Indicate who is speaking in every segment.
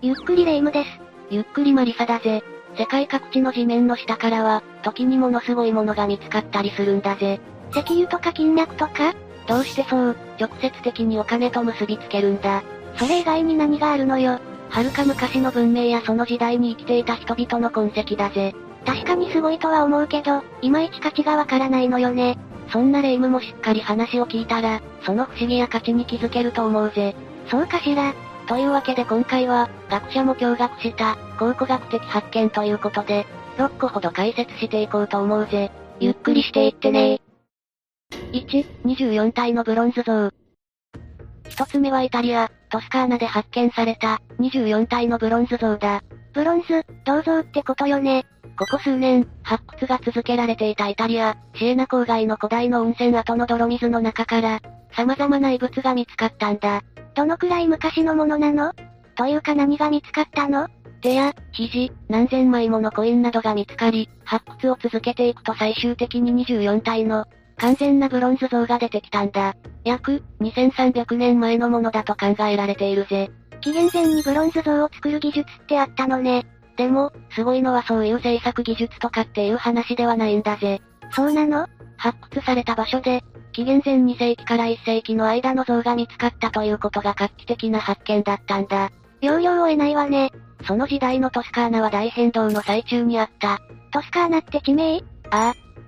Speaker 1: ゆっくりレ夢ムです。
Speaker 2: ゆっくりマリサだぜ。世界各地の地面の下からは、時にものすごいものが見つかったりするんだぜ。
Speaker 1: 石油とか金脈とか
Speaker 2: どうしてそう、直接的にお金と結びつけるんだ。
Speaker 1: それ以外に何があるのよ。
Speaker 2: はるか昔の文明やその時代に生きていた人々の痕跡だぜ。
Speaker 1: 確かにすごいとは思うけど、いまいち価値がわからないのよね。
Speaker 2: そんなレ夢ムもしっかり話を聞いたら、その不思議や価値に気づけると思うぜ。
Speaker 1: そうかしら。
Speaker 2: というわけで今回は、学者も驚愕した、考古学的発見ということで、6個ほど解説していこうと思うぜ。ゆっくりしていってね1、24体のブロンズ像。一つ目はイタリア、トスカーナで発見された、24体のブロンズ像だ。
Speaker 1: ブロンズ、銅像ってことよね。
Speaker 2: ここ数年、発掘が続けられていたイタリア、シエナ郊外の古代の温泉跡の泥水の中から、様々な遺物が見つかったんだ。
Speaker 1: どのくらい昔のものなのというか何が見つかったの
Speaker 2: 手や、肘、何千枚ものコインなどが見つかり、発掘を続けていくと最終的に24体の、完全なブロンズ像が出てきたんだ。約、2300年前のものだと考えられているぜ。
Speaker 1: 紀元前にブロンズ像を作る技術ってあったのね。
Speaker 2: でも、すごいのはそういう制作技術とかっていう話ではないんだぜ。
Speaker 1: そうなの
Speaker 2: 発掘された場所で、紀元前2世紀から1世紀の間の像が見つかったということが画期的な発見だったんだ。
Speaker 1: 容量を得ないわね。
Speaker 2: その時代のトスカーナは大変動の最中にあった。
Speaker 1: トスカーナって地名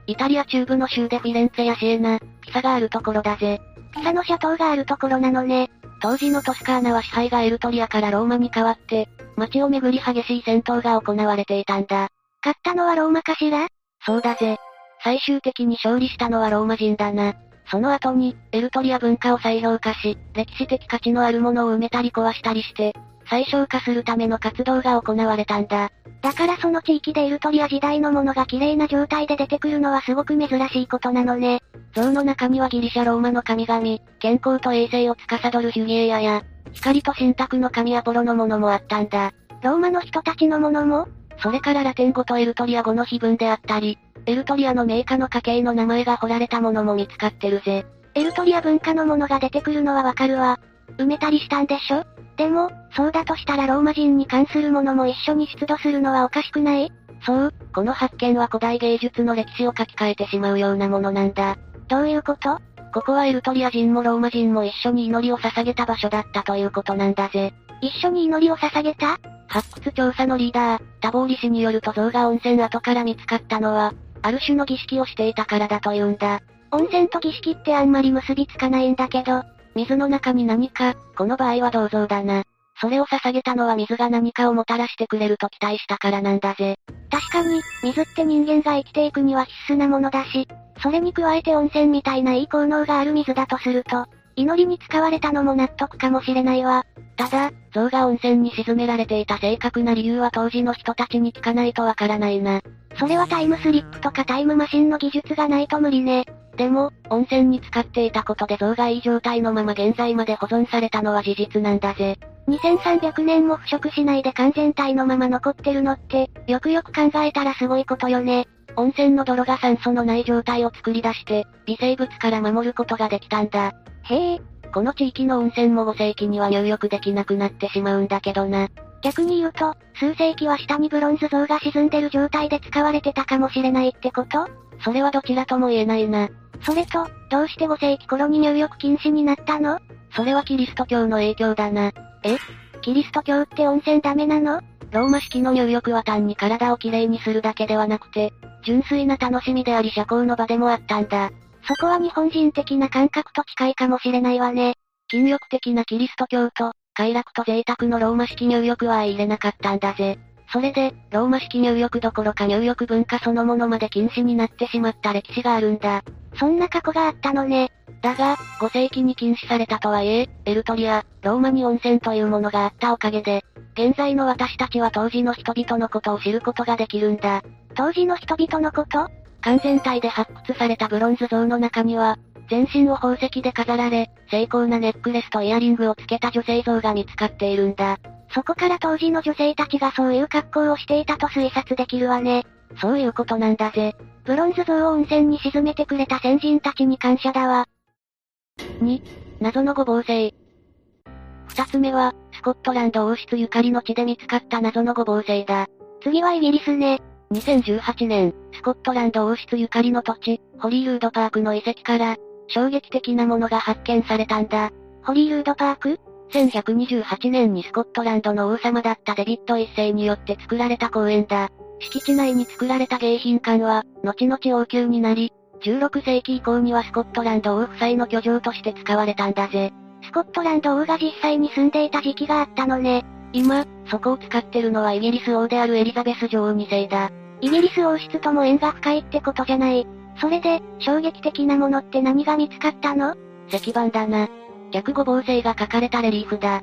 Speaker 2: イタリア中部の州でフィレンツェやシエナ、ピサがあるところだぜ。
Speaker 1: ピサの斜塔があるところなのね。
Speaker 2: 当時のトスカーナは支配がエルトリアからローマに変わって、街をめぐり激しい戦闘が行われていたんだ。
Speaker 1: 買ったのはローマかしら
Speaker 2: そうだぜ。最終的に勝利したのはローマ人だな。その後に、エルトリア文化を再評価し、歴史的価値のあるものを埋めたり壊したりして、最小化するための活動が行われたんだ。
Speaker 1: だからその地域でエルトリア時代のものが綺麗な状態で出てくるのはすごく珍しいことなのね。
Speaker 2: 像の中にはギリシャローマの神々、健康と衛生を司るヒュギエアや、光と神託の神アポロのものもあったんだ。
Speaker 1: ローマの人たちのものも
Speaker 2: それからラテン語とエルトリア語の碑文であったり、エルトリアの名家の家系の名前が彫られたものも見つかってるぜ。
Speaker 1: エルトリア文化のものが出てくるのはわかるわ。埋めたりしたんでしょでも、そうだとしたらローマ人に関するものも一緒に出土するのはおかしくない
Speaker 2: そう、この発見は古代芸術の歴史を書き換えてしまうようなものなんだ。
Speaker 1: どういうこと
Speaker 2: ここはエルトリア人もローマ人も一緒に祈りを捧げた場所だったということなんだぜ。
Speaker 1: 一緒に祈りを捧げた
Speaker 2: 発掘調査のリーダー、多忙リ氏によると像が温泉跡から見つかったのは、ある種の儀式をしていたからだというんだ。
Speaker 1: 温泉と儀式ってあんまり結びつかないんだけど、
Speaker 2: 水の中に何か、この場合は銅像だな。それを捧げたのは水が何かをもたらしてくれると期待したからなんだぜ。
Speaker 1: 確かに、水って人間が生きていくには必須なものだし、それに加えて温泉みたいないい効能がある水だとすると、祈りに使われたのも納得かもしれないわ。
Speaker 2: ただ、像が温泉に沈められていた正確な理由は当時の人たちに聞かないとわからないな。
Speaker 1: それはタイムスリップとかタイムマシンの技術がないと無理ね。
Speaker 2: でも、温泉に使っていたことで像がいい状態のまま現在まで保存されたのは事実なんだぜ。
Speaker 1: 2300年も腐食しないで完全体のまま残ってるのって、よくよく考えたらすごいことよね。
Speaker 2: 温泉の泥が酸素のない状態を作り出して、微生物から守ることができたんだ。
Speaker 1: へえ、
Speaker 2: この地域の温泉も5世紀には入浴できなくなってしまうんだけどな。
Speaker 1: 逆に言うと、数世紀は下にブロンズ像が沈んでる状態で使われてたかもしれないってこと
Speaker 2: それはどちらとも言えないな。
Speaker 1: それと、どうして5世紀頃に入浴禁止になったの
Speaker 2: それはキリスト教の影響だな。
Speaker 1: キリスト教って温泉ダメなの
Speaker 2: ローマ式の入浴は単に体をきれいにするだけではなくて、純粋な楽しみであり社交の場でもあったんだ。
Speaker 1: そこは日本人的な感覚と近いかもしれないわね。
Speaker 2: 禁欲的なキリスト教と、快楽と贅沢のローマ式入浴は相入れなかったんだぜ。それで、ローマ式入浴どころか入浴文化そのものまで禁止になってしまった歴史があるんだ。
Speaker 1: そんな過去があったのね。
Speaker 2: だが、5世紀に禁止されたとはいえ、エルトリア、ローマに温泉というものがあったおかげで、現在の私たちは当時の人々のことを知ることができるんだ。
Speaker 1: 当時の人々のこと
Speaker 2: 完全体で発掘されたブロンズ像の中には、全身を宝石で飾られ、精巧なネックレスとイヤリングをつけた女性像が見つかっているんだ。
Speaker 1: そこから当時の女性たちがそういう格好をしていたと推察できるわね。
Speaker 2: そういうことなんだぜ。
Speaker 1: ブロンズ像を温泉に沈めてくれた先人たちに感謝だわ。
Speaker 2: 謎の五芒星。二つ目は、スコットランド王室ゆかりの地で見つかった謎の五芒星だ。
Speaker 1: 次はイギリスね。
Speaker 2: 2018年、スコットランド王室ゆかりの土地、ホリールードパークの遺跡から、衝撃的なものが発見されたんだ。
Speaker 1: ホリールードパーク
Speaker 2: 1128年にスコットランドの王様だったデビッド一世によって作られた公園だ。敷地内に作られた迎賓館は、後々王宮になり、16世紀以降にはスコットランド王夫妻の居城として使われたんだぜ。
Speaker 1: スコットランド王が実際に住んでいた時期があったのね。
Speaker 2: 今、そこを使ってるのはイギリス王であるエリザベス女王2世だ。
Speaker 1: イギリス王室とも縁が深いってことじゃない。それで、衝撃的なものって何が見つかったの
Speaker 2: 石板だな。逆五芒星が書かれたレリーフだ。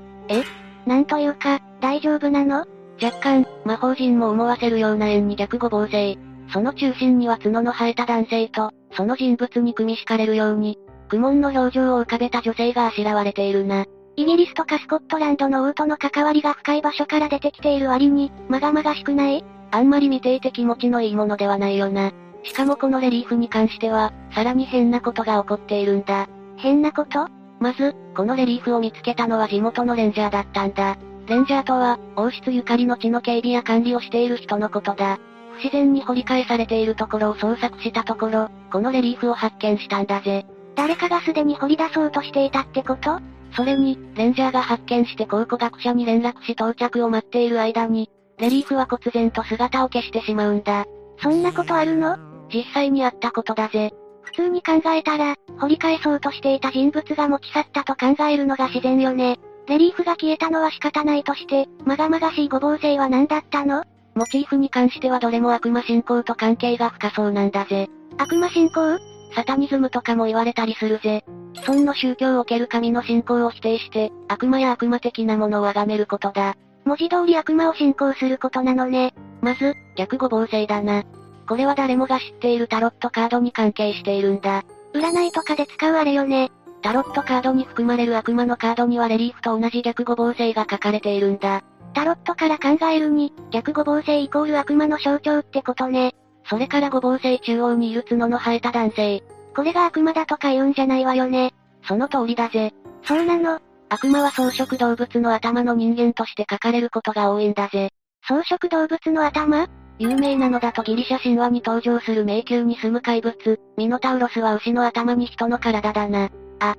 Speaker 1: なんというか、大丈夫なの
Speaker 2: 若干、魔法陣も思わせるような円に逆五芒星。その中心には角の生えた男性と、その人物に組み敷かれるように、苦悶の表情を浮かべた女性があしらわれているな。
Speaker 1: イギリスとかスコットランドの王との関わりが深い場所から出てきている割に、まがまがしくない
Speaker 2: あんまり見ていて気持ちのいいものではないよな。しかもこのレリーフに関しては、さらに変なことが起こっているんだ。
Speaker 1: 変なこと
Speaker 2: まず、このレリーフを見つけたのは地元のレンジャーだったんだ。レンジャーとは、王室ゆかりの地の警備や管理をしている人のことだ。不自然に掘り返されているところを捜索したところ、このレリーフを発見したんだぜ。
Speaker 1: 誰かがすでに掘り出そうとしていたってこと
Speaker 2: それに、レンジャーが発見して考古学者に連絡し到着を待っている間に、レリーフは忽然と姿を消してしまうんだ。
Speaker 1: そんなことあるの
Speaker 2: 実際にあったことだぜ。
Speaker 1: 普通に考えたら、掘り返そうとしていた人物が持ち去ったと考えるのが自然よね。レリーフが消えたのは仕方ないとして、まがまがしいごぼう星は何だったの
Speaker 2: モチーフに関してはどれも悪魔信仰と関係が深そうなんだぜ。
Speaker 1: 悪魔信仰
Speaker 2: サタニズムとかも言われたりするぜ。既存の宗教を受ける神の信仰を否定して、悪魔や悪魔的なものを崇めることだ。
Speaker 1: 文字通り悪魔を信仰することなのね。
Speaker 2: まず、逆五芒星だな。これは誰もが知っているタロットカードに関係しているんだ。
Speaker 1: 占いとかで使うあれよね。
Speaker 2: タロットカードに含まれる悪魔のカードにはレリーフと同じ逆五芒星が書かれているんだ。
Speaker 1: タロットから考えるに、逆五芒星イコール悪魔の象徴ってことね。
Speaker 2: それから五芒星中央にいる角の生えた男性。
Speaker 1: これが悪魔だとか言うんじゃないわよね。
Speaker 2: その通りだぜ。
Speaker 1: そうなの。
Speaker 2: 悪魔は草食動物の頭の人間として書かれることが多いんだぜ。
Speaker 1: 草食動物の頭
Speaker 2: 有名なのだとギリシャ神話に登場する迷宮に住む怪物、ミノタウロスは牛の頭に人の体だな。あ。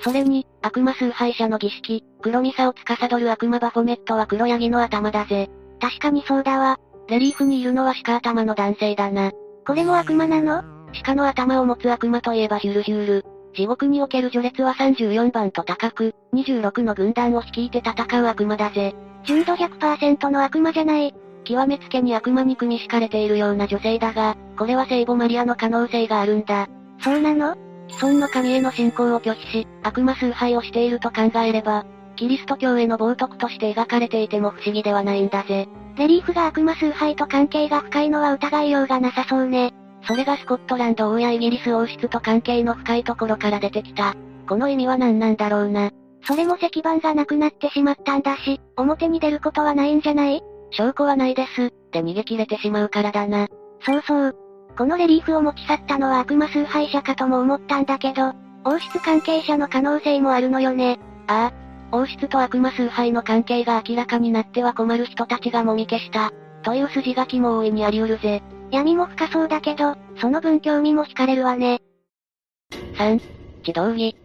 Speaker 2: それに、悪魔崇拝者の儀式、黒ミサを司る悪魔バフォメットは黒ヤギの頭だぜ。
Speaker 1: 確かにそうだわ。
Speaker 2: レリーフにいるのは鹿頭の男性だな。
Speaker 1: これも悪魔なの
Speaker 2: 鹿の頭を持つ悪魔といえばヒュルヒュル。地獄における序列は34番と高く、26の軍団を率いて戦う悪魔だぜ。
Speaker 1: 純度100%の悪魔じゃない。
Speaker 2: 極めつけに悪魔に組み敷かれているような女性だが、これは聖母マリアの可能性があるんだ。
Speaker 1: そうなの
Speaker 2: 既存の神への信仰を拒否し、悪魔崇拝をしていると考えれば、キリスト教への冒涜として描かれていても不思議ではないんだぜ。
Speaker 1: レリーフが悪魔崇拝と関係が深いのは疑いようがなさそうね。
Speaker 2: それがスコットランド王やイギリス王室と関係の深いところから出てきた。この意味は何なんだろうな。
Speaker 1: それも石板がなくなってしまったんだし、表に出ることはないんじゃない
Speaker 2: 証拠はないです。で逃げ切れてしまうからだな。
Speaker 1: そうそう。このレリーフを持ち去ったのは悪魔崇拝者かとも思ったんだけど、王室関係者の可能性もあるのよね。
Speaker 2: ああ、王室と悪魔崇拝の関係が明らかになっては困る人たちがもみ消した。という筋書きも大いにあり得るぜ。
Speaker 1: 闇も深そうだけど、その分興味も惹かれるわね。
Speaker 2: 3、地動儀。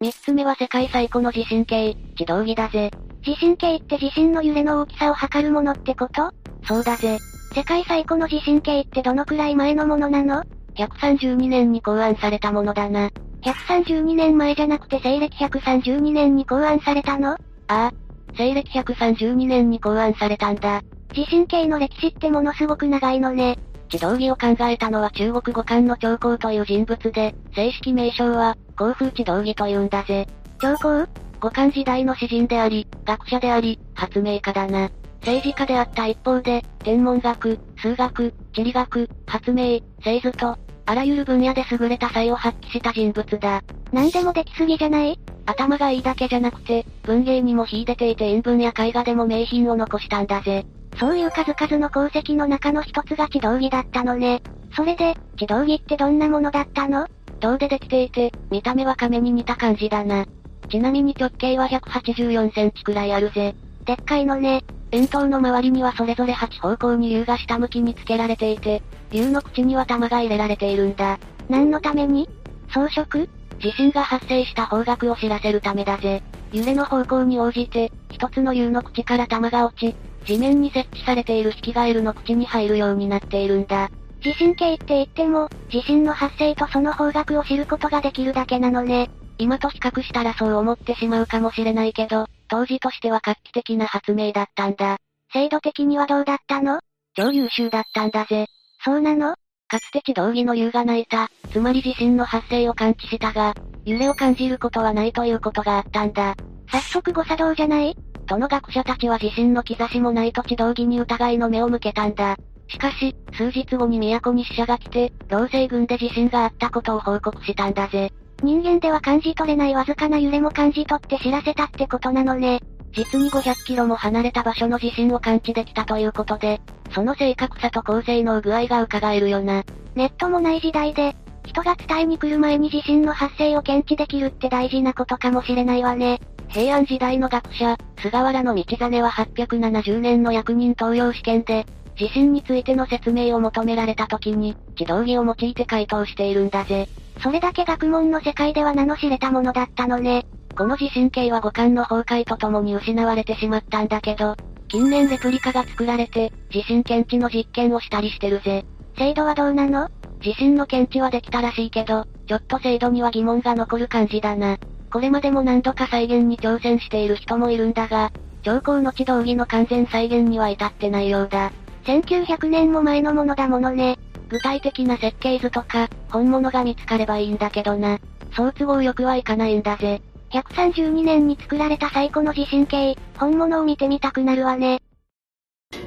Speaker 2: 三つ目は世界最古の地震計、地動儀だぜ。
Speaker 1: 地震計って地震の揺れの大きさを測るものってこと
Speaker 2: そうだぜ。
Speaker 1: 世界最古の地震計ってどのくらい前のものなの
Speaker 2: 132年に考案されたものだな。
Speaker 1: 132年前じゃなくて西暦132年に考案されたの
Speaker 2: ああ、西暦132年に考案されたんだ。
Speaker 1: 地震計の歴史ってものすごく長いのね。
Speaker 2: 地動儀を考えたのは中国語漢の長江という人物で、正式名称は、江風地動儀と言うんだぜ。
Speaker 1: 教皇
Speaker 2: 五漢時代の詩人であり、学者であり、発明家だな。政治家であった一方で、天文学、数学、地理学、発明、政治と、あらゆる分野で優れた才を発揮した人物だ。
Speaker 1: 何でもできすぎじゃない
Speaker 2: 頭がいいだけじゃなくて、文芸にも秀でていて演文や絵画でも名品を残したんだぜ。
Speaker 1: そういう数々の功績の中の一つが地道儀だったのね。それで、地道儀ってどんなものだったの
Speaker 2: 銅でできていて、見た目は亀に似た感じだな。ちなみに直径は184センチくらいあるぜ。
Speaker 1: でっかいのね。
Speaker 2: 円筒の周りにはそれぞれ8方向に竜が下向きにつけられていて、竜の口には玉が入れられているんだ。
Speaker 1: 何のために装飾
Speaker 2: 地震が発生した方角を知らせるためだぜ。揺れの方向に応じて、一つの竜の口から玉が落ち、地面に設置されているヒキガエルの口に入るようになっているんだ。
Speaker 1: 地震計って言っても、地震の発生とその方角を知ることができるだけなのね。
Speaker 2: 今と比較したらそう思ってしまうかもしれないけど、当時としては画期的な発明だったんだ。
Speaker 1: 制度的にはどうだったの
Speaker 2: 超優秀だったんだぜ。
Speaker 1: そうなの
Speaker 2: かつて地動儀の優が泣いた、つまり地震の発生を感知したが、揺れを感じることはないということがあったんだ。
Speaker 1: 早速誤作動じゃない
Speaker 2: どの学者たちは地震の兆しもないと地動儀に疑いの目を向けたんだ。しかし、数日後に都に死者が来て、老星群で地震があったことを報告したんだぜ。
Speaker 1: 人間では感じ取れないわずかな揺れも感じ取って知らせたってことなのね。
Speaker 2: 実に500キロも離れた場所の地震を感知できたということで、その正確さと高性能具合が伺えるよな。
Speaker 1: ネットもない時代で、人が伝えに来る前に地震の発生を検知できるって大事なことかもしれないわね。
Speaker 2: 平安時代の学者、菅原道真は870年の役人登用試験で、地震についての説明を求められた時に、地道儀を用いて回答しているんだぜ。
Speaker 1: それだけ学問の世界では名の知れたものだったのね。
Speaker 2: この地震計は五感の崩壊とともに失われてしまったんだけど、近年レプリカが作られて、地震検知の実験をしたりしてるぜ。
Speaker 1: 精度はどうなの
Speaker 2: 地震の検知はできたらしいけど、ちょっと精度には疑問が残る感じだな。これまでも何度か再現に挑戦している人もいるんだが、兆候の地道儀の完全再現には至ってないようだ。
Speaker 1: 1900年も前のものだものね。
Speaker 2: 具体的な設計図とか、本物が見つかればいいんだけどな。そう都合よくはいかないんだぜ。
Speaker 1: 132年に作られた最古の地震計、本物を見てみたくなるわね。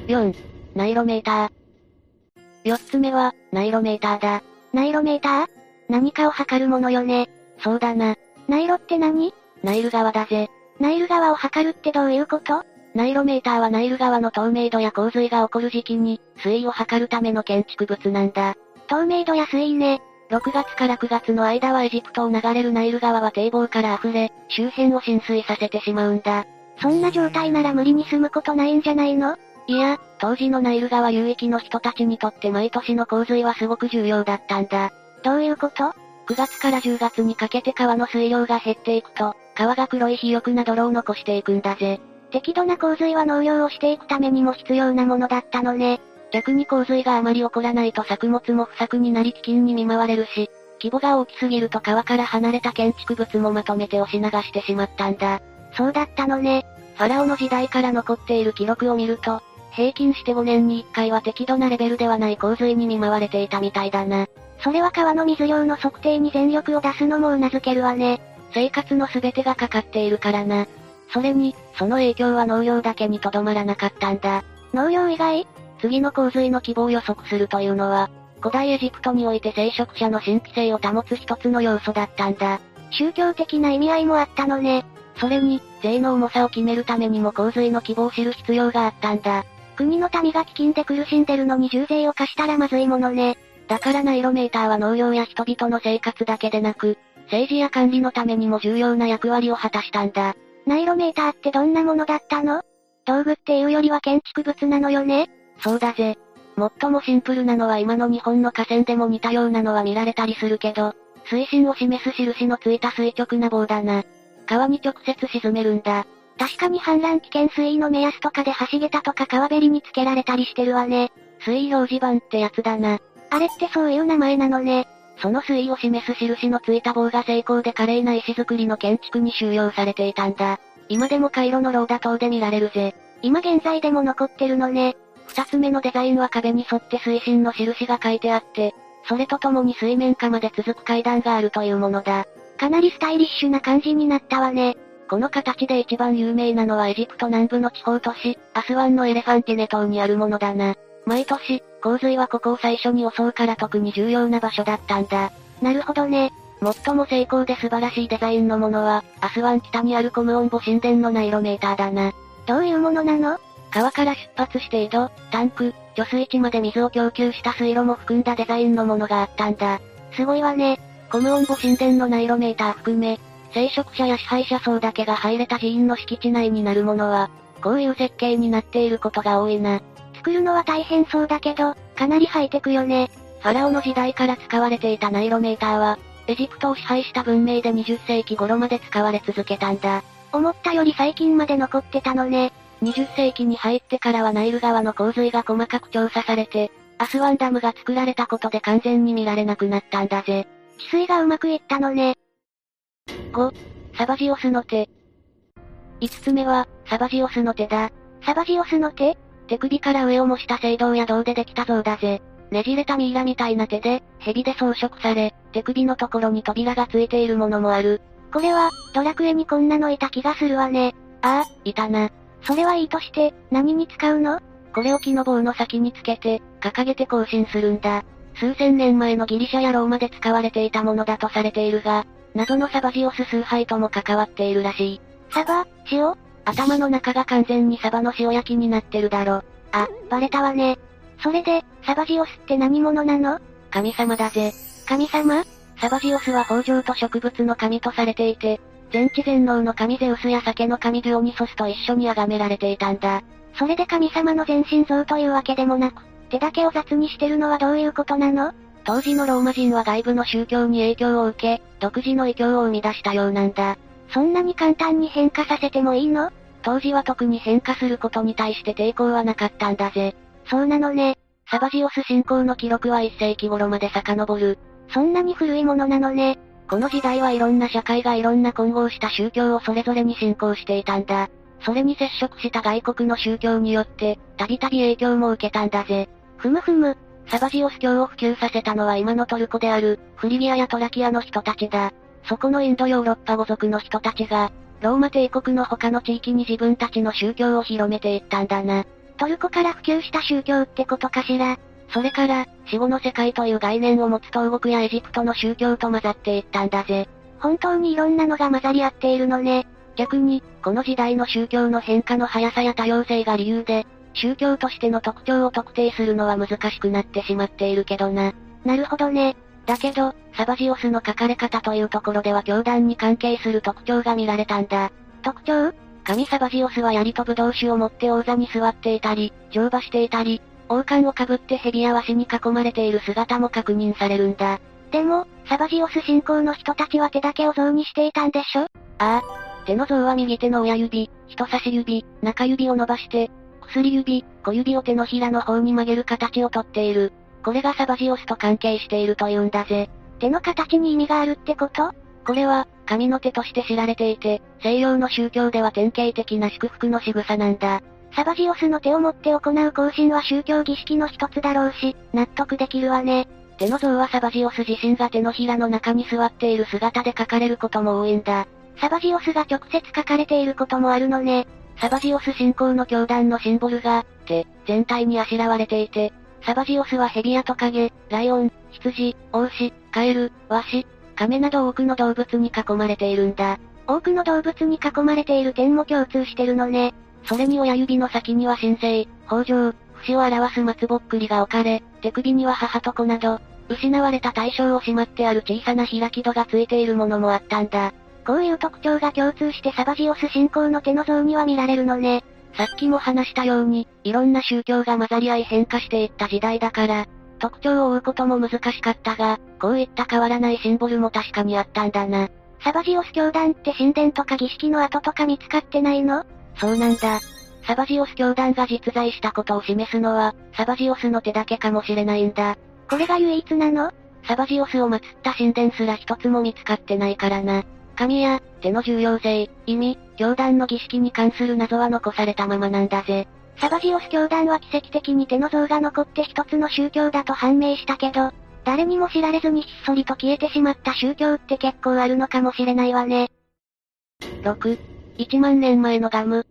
Speaker 2: 4、ナイロメーター。4つ目は、ナイロメーターだ。
Speaker 1: ナイロメーター何かを測るものよね。
Speaker 2: そうだな。
Speaker 1: ナイロって何
Speaker 2: ナイル川だぜ。
Speaker 1: ナイル川を測るってどういうこと
Speaker 2: ナイロメーターはナイル川の透明度や洪水が起こる時期に、水位を測るための建築物なんだ。
Speaker 1: 透明度や水位ね。
Speaker 2: 6月から9月の間はエジプトを流れるナイル川は堤防から溢れ、周辺を浸水させてしまうんだ。
Speaker 1: そんな状態なら無理に住むことないんじゃないの
Speaker 2: いや、当時のナイル川流域の人たちにとって毎年の洪水はすごく重要だったんだ。
Speaker 1: どういうこと
Speaker 2: ?9 月から10月にかけて川の水量が減っていくと、川が黒い肥沃な泥を残していくんだぜ。
Speaker 1: 適度な洪水は農業をしていくためにも必要なものだったのね。
Speaker 2: 逆に洪水があまり起こらないと作物も不作になり飢饉に見舞われるし、規模が大きすぎると川から離れた建築物もまとめて押し流してしまったんだ。
Speaker 1: そうだったのね。
Speaker 2: ファラオの時代から残っている記録を見ると、平均して5年に1回は適度なレベルではない洪水に見舞われていたみたいだな。
Speaker 1: それは川の水量の測定に全力を出すのも頷けるわね。
Speaker 2: 生活の全てがかかっているからな。それに、その影響は農業だけにとどまらなかったんだ。
Speaker 1: 農業以外
Speaker 2: 次の洪水の希望を予測するというのは、古代エジプトにおいて聖職者の神秘性を保つ一つの要素だったんだ。
Speaker 1: 宗教的な意味合いもあったのね。
Speaker 2: それに、税の重さを決めるためにも洪水の希望を知る必要があったんだ。
Speaker 1: 国の民が飢饉で苦しんでるのに重税を課したらまずいものね。
Speaker 2: だからナイロメーターは農業や人々の生活だけでなく、政治や管理のためにも重要な役割を果たしたんだ。
Speaker 1: ナイロメーターってどんなものだったの道具っていうよりは建築物なのよね。
Speaker 2: そうだぜ。最もシンプルなのは今の日本の河川でも似たようなのは見られたりするけど、水深を示す印のついた垂直な棒だな。川に直接沈めるんだ。
Speaker 1: 確かに氾濫危険水位の目安とかで橋桁とか川べりにつけられたりしてるわね。
Speaker 2: 水位表示板ってやつだな。
Speaker 1: あれってそういう名前なのね。
Speaker 2: その水位を示す印のついた棒が成功で華麗な石造りの建築に収容されていたんだ。今でもカイロのローダ島で見られるぜ。
Speaker 1: 今現在でも残ってるのね。
Speaker 2: 二つ目のデザインは壁に沿って水深の印が書いてあって、それとともに水面下まで続く階段があるというものだ。
Speaker 1: かなりスタイリッシュな感じになったわね。
Speaker 2: この形で一番有名なのはエジプト南部の地方都市、アスワンのエレファンティネ島にあるものだな。毎年、洪水はここを最初に襲うから特に重要な場所だったんだ。
Speaker 1: なるほどね。
Speaker 2: 最も成功で素晴らしいデザインのものは、アスワン北にあるコムオンボ神殿のナイロメーターだな。
Speaker 1: どういうものなの
Speaker 2: 川から出発して井戸、タンク、貯水池まで水を供給した水路も含んだデザインのものがあったんだ。
Speaker 1: すごいわね。
Speaker 2: コムオンボ神殿のナイロメーター含め、聖職者や支配者層だけが入れた寺院の敷地内になるものは、こういう設計になっていることが多いな。
Speaker 1: 作るのは大変そうだけど、かなりハイテクよね。
Speaker 2: ファラオの時代から使われていたナイロメーターは、エジプトを支配した文明で20世紀頃まで使われ続けたんだ。
Speaker 1: 思ったより最近まで残ってたのね。
Speaker 2: 20世紀に入ってからはナイル川の洪水が細かく調査されて、アスワンダムが作られたことで完全に見られなくなったんだぜ。
Speaker 1: 治水がうまくいったのね。
Speaker 2: 5、サバジオスの手。5つ目は、サバジオスの手だ。
Speaker 1: サバジオスの手
Speaker 2: 手首から上を模した青銅や銅でできた像だぜ。ねじれたミイラみたいな手で、蛇で装飾され、手首のところに扉がついているものもある。
Speaker 1: これは、ドラクエにこんなのいた気がするわね。
Speaker 2: ああ、いたな。
Speaker 1: それはいいとして、何に使うの
Speaker 2: これを木の棒の先につけて、掲げて行進するんだ。数千年前のギリシャやローマで使われていたものだとされているが、謎のサバジオス崇拝とも関わっているらしい。
Speaker 1: サバ、塩
Speaker 2: 頭の中が完全にサバの塩焼きになってるだろ。
Speaker 1: あ、バレたわね。それで、サバジオスって何者なの
Speaker 2: 神様だぜ。
Speaker 1: 神様
Speaker 2: サバジオスは豊穣と植物の神とされていて、全知全能の神ゼウスや酒の神デュオニソスと一緒に崇められていたんだ。
Speaker 1: それで神様の全身像というわけでもなく、手だけを雑にしてるのはどういうことなの
Speaker 2: 当時のローマ人は外部の宗教に影響を受け、独自の異教を生み出したようなんだ。
Speaker 1: そんなに簡単に変化させてもいいの
Speaker 2: 当時は特に変化することに対して抵抗はなかったんだぜ。
Speaker 1: そうなのね。
Speaker 2: サバジオス信仰の記録は1世紀頃まで遡る。
Speaker 1: そんなに古いものなのね。
Speaker 2: この時代はいろんな社会がいろんな混合した宗教をそれぞれに信仰していたんだ。それに接触した外国の宗教によって、たびたび影響も受けたんだぜ。
Speaker 1: ふむふむ。
Speaker 2: サバジオス教を普及させたのは今のトルコである、フリギアやトラキアの人たちだ。そこのインドヨーロッパ語族の人たちが、ローマ帝国の他の地域に自分たちの宗教を広めていったんだな。
Speaker 1: トルコから普及した宗教ってことかしら。
Speaker 2: それから、死後の世界という概念を持つ東国やエジプトの宗教と混ざっていったんだぜ。
Speaker 1: 本当にいろんなのが混ざり合っているのね。
Speaker 2: 逆に、この時代の宗教の変化の速さや多様性が理由で、宗教としての特徴を特定するのは難しくなってしまっているけどな。
Speaker 1: なるほどね。
Speaker 2: だけど、サバジオスの書かれ方というところでは教団に関係する特徴が見られたんだ。
Speaker 1: 特徴
Speaker 2: 神サバジオスは槍とブドウ酒を持って王座に座っていたり、乗馬していたり、王冠をかぶって蛇やワシに囲まれている姿も確認されるんだ。
Speaker 1: でも、サバジオス信仰の人たちは手だけを像にしていたんでしょ
Speaker 2: ああ。手の像は右手の親指、人差し指、中指を伸ばして、薬指、小指を手のひらの方に曲げる形をとっている。これがサバジオスと関係しているというんだぜ。
Speaker 1: 手の形に意味があるってこと
Speaker 2: これは、神の手として知られていて、西洋の宗教では典型的な祝福の仕草なんだ。
Speaker 1: サバジオスの手を持って行う行進は宗教儀式の一つだろうし、納得できるわね。
Speaker 2: 手の像はサバジオス自身が手のひらの中に座っている姿で書かれることも多いんだ。
Speaker 1: サバジオスが直接書かれていることもあるのね。
Speaker 2: サバジオス信仰の教団のシンボルが、手、全体にあしらわれていて、サバジオスはヘビやトカゲ、ライオン、羊、オウシ、カエル、ワシ、カメなど多くの動物に囲まれているんだ。
Speaker 1: 多くの動物に囲まれている点も共通してるのね。
Speaker 2: それに親指の先には神聖、豊穣、節を表す松ぼっくりが置かれ、手首には母と子など、失われた対象をしまってある小さな開き戸がついているものもあったんだ。
Speaker 1: こういう特徴が共通してサバジオス信仰の手の像には見られるのね。
Speaker 2: さっきも話したように、いろんな宗教が混ざり合い変化していった時代だから、特徴を追うことも難しかったが、こういった変わらないシンボルも確かにあったんだな。
Speaker 1: サバジオス教団って神殿とか儀式の跡とか見つかってないの
Speaker 2: そうなんだ。サバジオス教団が実在したことを示すのは、サバジオスの手だけかもしれないんだ。
Speaker 1: これが唯一なの
Speaker 2: サバジオスを祀った神殿すら一つも見つかってないからな。神や、手の重要性、意味、教団の儀式に関する謎は残されたままなんだぜ。
Speaker 1: サバジオス教団は奇跡的に手の像が残って一つの宗教だと判明したけど、誰にも知られずにひっそりと消えてしまった宗教って結構あるのかもしれないわね。
Speaker 2: 6、1万年前のガム。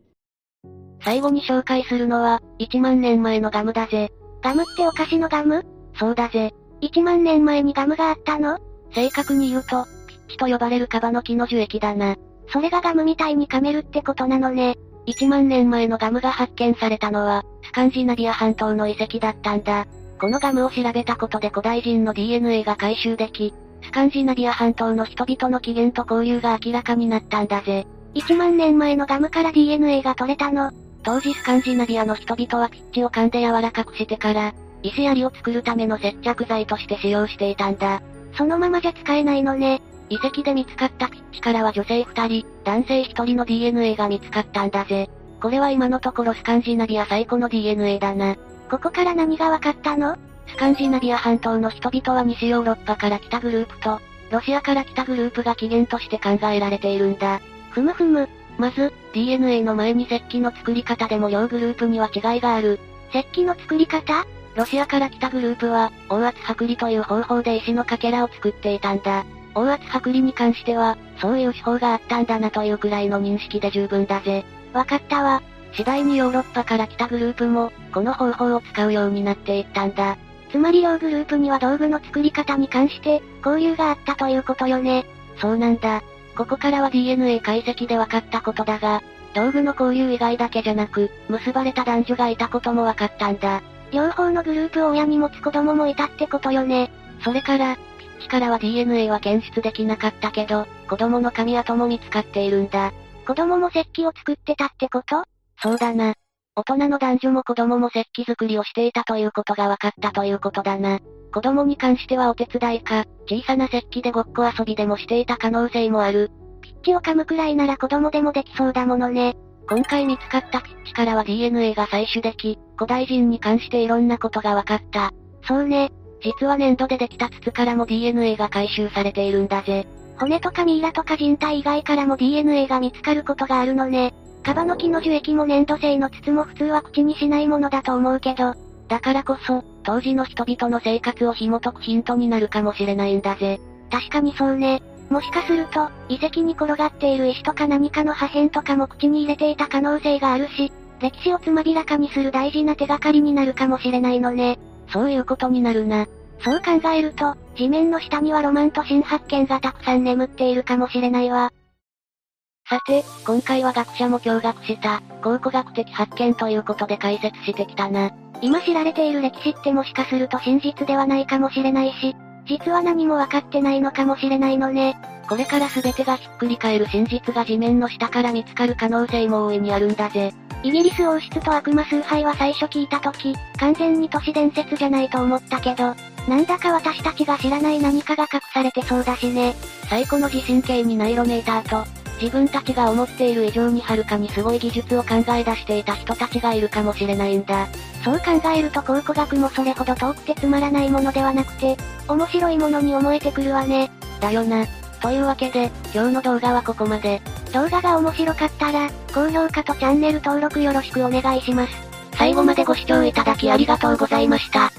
Speaker 2: 最後に紹介するのは、1万年前のガムだぜ。
Speaker 1: ガムってお菓子のガム
Speaker 2: そうだぜ。
Speaker 1: 1万年前にガムがあったの
Speaker 2: 正確に言うと、ピッチと呼ばれるカバの木の樹液だな。
Speaker 1: それがガムみたいに噛めるってことなのね。
Speaker 2: 1万年前のガムが発見されたのは、スカンジナビア半島の遺跡だったんだ。このガムを調べたことで古代人の DNA が回収でき、スカンジナビア半島の人々の起源と交流が明らかになったんだぜ。
Speaker 1: 1万年前のガムから DNA が取れたの。
Speaker 2: 当時スカンジナビアの人々はピッチを噛んで柔らかくしてから、石槍を作るための接着剤として使用していたんだ。
Speaker 1: そのままじゃ使えないのね。
Speaker 2: 遺跡で見つかったピッチからは女性2人、男性1人の DNA が見つかったんだぜ。これは今のところスカンジナビア最古の DNA だな。
Speaker 1: ここから何がわかったの
Speaker 2: スカンジナビア半島の人々は西ヨーロッパから来たグループと、ロシアから来たグループが起源として考えられているんだ。
Speaker 1: ふむふむ。
Speaker 2: まず、DNA の前に石器の作り方でも両グループには違いがある。
Speaker 1: 石器の作り方
Speaker 2: ロシアから来たグループは、音圧剥離という方法で石のかけらを作っていたんだ。音圧剥離に関しては、そういう手法があったんだなというくらいの認識で十分だぜ。
Speaker 1: わかったわ。
Speaker 2: 次第にヨーロッパから来たグループも、この方法を使うようになっていったんだ。
Speaker 1: つまり両グループには道具の作り方に関して、交流があったということよね。
Speaker 2: そうなんだ。ここからは DNA 解析で分かったことだが、道具の交流以外だけじゃなく、結ばれた男女がいたことも分かったんだ。
Speaker 1: 両方のグループを親に持つ子供もいたってことよね。
Speaker 2: それから、ピッチからは DNA は検出できなかったけど、子供の髪跡も見つかっているんだ。
Speaker 1: 子供も石器を作ってたってこと
Speaker 2: そうだな。大人の男女も子供も石器作りをしていたということが分かったということだな。子供に関してはお手伝いか、小さな石器でごっこ遊びでもしていた可能性もある。
Speaker 1: ピッチを噛むくらいなら子供でもできそうだものね。
Speaker 2: 今回見つかったピッチからは DNA が採取でき、古代人に関していろんなことが分かった。
Speaker 1: そうね。
Speaker 2: 実は粘土でできた筒からも DNA が回収されているんだぜ。
Speaker 1: 骨とかミイラとか人体以外からも DNA が見つかることがあるのね。カバの木の樹液も粘土製の筒も普通は口にしないものだと思うけど、
Speaker 2: だからこそ、当時の人々の生活を紐解くヒントになるかもしれないんだぜ。
Speaker 1: 確かにそうね。もしかすると、遺跡に転がっている石とか何かの破片とかも口に入れていた可能性があるし、歴史をつまびらかにする大事な手がかりになるかもしれないのね。
Speaker 2: そういうことになるな。
Speaker 1: そう考えると、地面の下にはロマンと新発見がたくさん眠っているかもしれないわ。
Speaker 2: さて、今回は学者も驚愕した、考古学的発見ということで解説してきたな。
Speaker 1: 今知られている歴史ってもしかすると真実ではないかもしれないし、実は何もわかってないのかもしれないのね。
Speaker 2: これから全てがひっくり返る真実が地面の下から見つかる可能性も大いにあるんだぜ。
Speaker 1: イギリス王室と悪魔崇拝は最初聞いた時、完全に都市伝説じゃないと思ったけど、なんだか私たちが知らない何かが隠されてそうだしね。
Speaker 2: 最古の地震計にナイロメーターと、自分たちが思っている以上にはるかにすごい技術を考え出していた人たちがいるかもしれないんだ。
Speaker 1: そう考えると考古学もそれほど遠くてつまらないものではなくて、面白いものに思えてくるわね。
Speaker 2: だよな。というわけで、今日の動画はここまで。
Speaker 1: 動画が面白かったら、高評価とチャンネル登録よろしくお願いします。
Speaker 2: 最後までご視聴いただきありがとうございました。